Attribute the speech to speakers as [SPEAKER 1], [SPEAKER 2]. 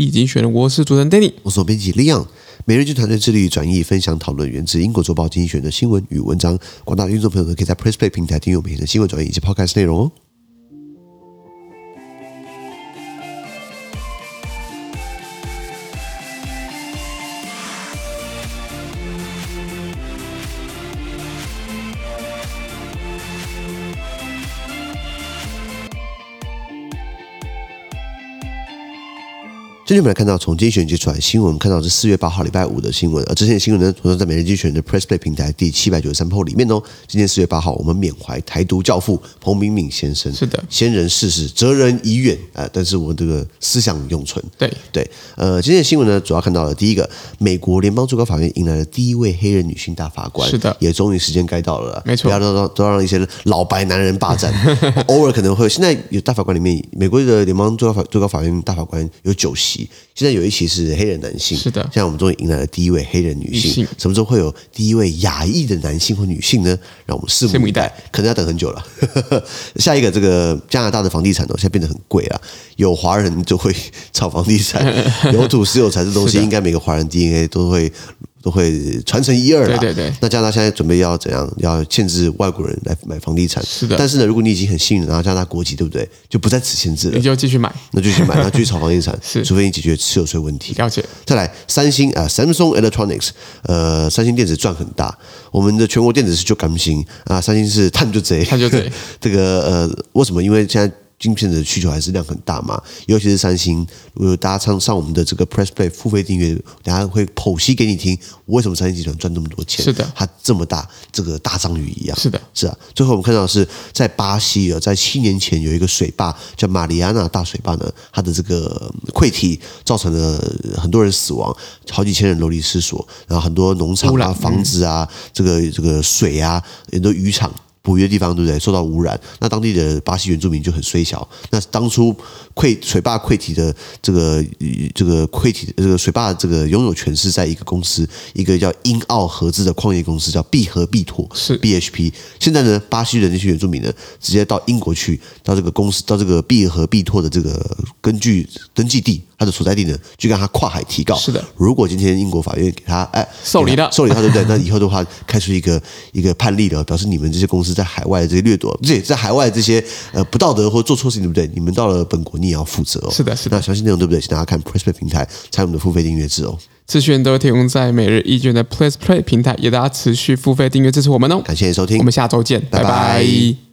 [SPEAKER 1] 已经选了，我是主持人 Danny。
[SPEAKER 2] 我是总编辑 Leon。每日经团队致力于转译、分享、讨论源自英国《周报》精选的新闻与文章。广大的听众朋友呢，可以在 Press Play 平台订阅我们每天的新闻转译以及 Podcast 内容哦。今天我们来看到从精选集出来新闻，我们看到是四月八号礼拜五的新闻，而之前的新闻呢，同样在每日精选的 Press Play 平台第七百九十三铺里面哦。今天四月八号，我们缅怀台独教父彭明敏先生，
[SPEAKER 1] 是的
[SPEAKER 2] 先人逝世，哲人已远啊、呃但是我们这个思想永存。
[SPEAKER 1] 对，
[SPEAKER 2] 对，呃，今天的新闻呢，主要看到了第一个，美国联邦最高法院迎来了第一位黑人女性大法官，
[SPEAKER 1] 是的
[SPEAKER 2] 也终于时间该到了啦，
[SPEAKER 1] 没错
[SPEAKER 2] 不要都让都让一些老白男人 霸占，偶尔可能会有。现在有大法官里面，美国的联邦最高法最高法院大法官有九席，现在有一席是黑人男性，
[SPEAKER 1] 是的
[SPEAKER 2] 现在我们终于迎来了第一位黑人女性，
[SPEAKER 1] 女性
[SPEAKER 2] 什么时候会有第一位亚裔的男性或女性呢？让我们拭
[SPEAKER 1] 拭目
[SPEAKER 2] 目
[SPEAKER 1] 以
[SPEAKER 2] 以
[SPEAKER 1] 待
[SPEAKER 2] 待。可能要等很久了。 下一个，这个加拿大的房地产哦，现在变得很贵了。有华人就会炒房 地产，有土石有财这东
[SPEAKER 1] 是
[SPEAKER 2] 西，
[SPEAKER 1] 的
[SPEAKER 2] 应该每个华人 DNA 都会都会传承一二啦。
[SPEAKER 1] 对对对
[SPEAKER 2] 那加拿大现在准备要怎样？要限制外国人来买房地产。
[SPEAKER 1] 是的
[SPEAKER 2] 但是呢，如果你已经很幸运拿到加拿大国籍，对不对？就不在此限制了
[SPEAKER 1] 你。就继续买，
[SPEAKER 2] 那就去买，那就去炒房地产
[SPEAKER 1] 是，
[SPEAKER 2] 除非你解决持有税问题。
[SPEAKER 1] 了解。
[SPEAKER 2] 再来，三星啊，Samsung Electronics，呃，三星电子赚很大。我们的全国电子是就甘心啊，三星是探就贼，
[SPEAKER 1] 探就贼。
[SPEAKER 2] 这个呃，为什么？因为现在。晶片的需求还是量很大嘛，尤其是三星。如果大家上上我们的这个 Press Play 付费订阅，等下会剖析给你听，为什么三星集团赚那么多钱？
[SPEAKER 1] 是的
[SPEAKER 2] 它这么大，这个大章鱼一样。
[SPEAKER 1] 是的，
[SPEAKER 2] 是啊，最后我们看到的是在巴西啊，在七年前有一个水坝叫马里亚纳大水坝呢，它的这个嗯溃堤造成了很多人死亡，好几千人流离失所，然后很多农场
[SPEAKER 1] 污染
[SPEAKER 2] 啊、房子啊、这个这个水啊、很多渔场。捕鱼的地方，对不对？受到污染，那当地的巴西原住民就很衰小。那当初溃水坝溃堤的这个呃这个溃堤这个水坝的这个拥有权是在一个公司，一个叫英澳合资的矿业公司叫必和必拓，
[SPEAKER 1] 是
[SPEAKER 2] BHP。现在呢，巴西的那些原住民呢，直接到英国去，到这个公司，到这个必和必拓的这个根据登记地，它的所在地呢，就让他跨海提告。
[SPEAKER 1] 是的
[SPEAKER 2] 如果今天英国法院给他哎
[SPEAKER 1] 受理
[SPEAKER 2] 给他
[SPEAKER 1] 了
[SPEAKER 2] 受理他，对不对？那以后的话，开出一个一个判例了，表示你们这些公司在海外的这些掠夺，这在海外的这些呃不道德或做错事情，对不对？你们到了本国，你也要负责哦。
[SPEAKER 1] 是的是的
[SPEAKER 2] 那详细内容对不对？请大家看 p r e s s p a y 平台，参与我们的付费订阅制哦。
[SPEAKER 1] 资讯都提供在每日一卷的 Plus Play 平台，也大家持续付费订阅支持我们哦。
[SPEAKER 2] 感谢你的收听，
[SPEAKER 1] 我们下周见，
[SPEAKER 2] 拜
[SPEAKER 1] 拜
[SPEAKER 2] 拜
[SPEAKER 1] 拜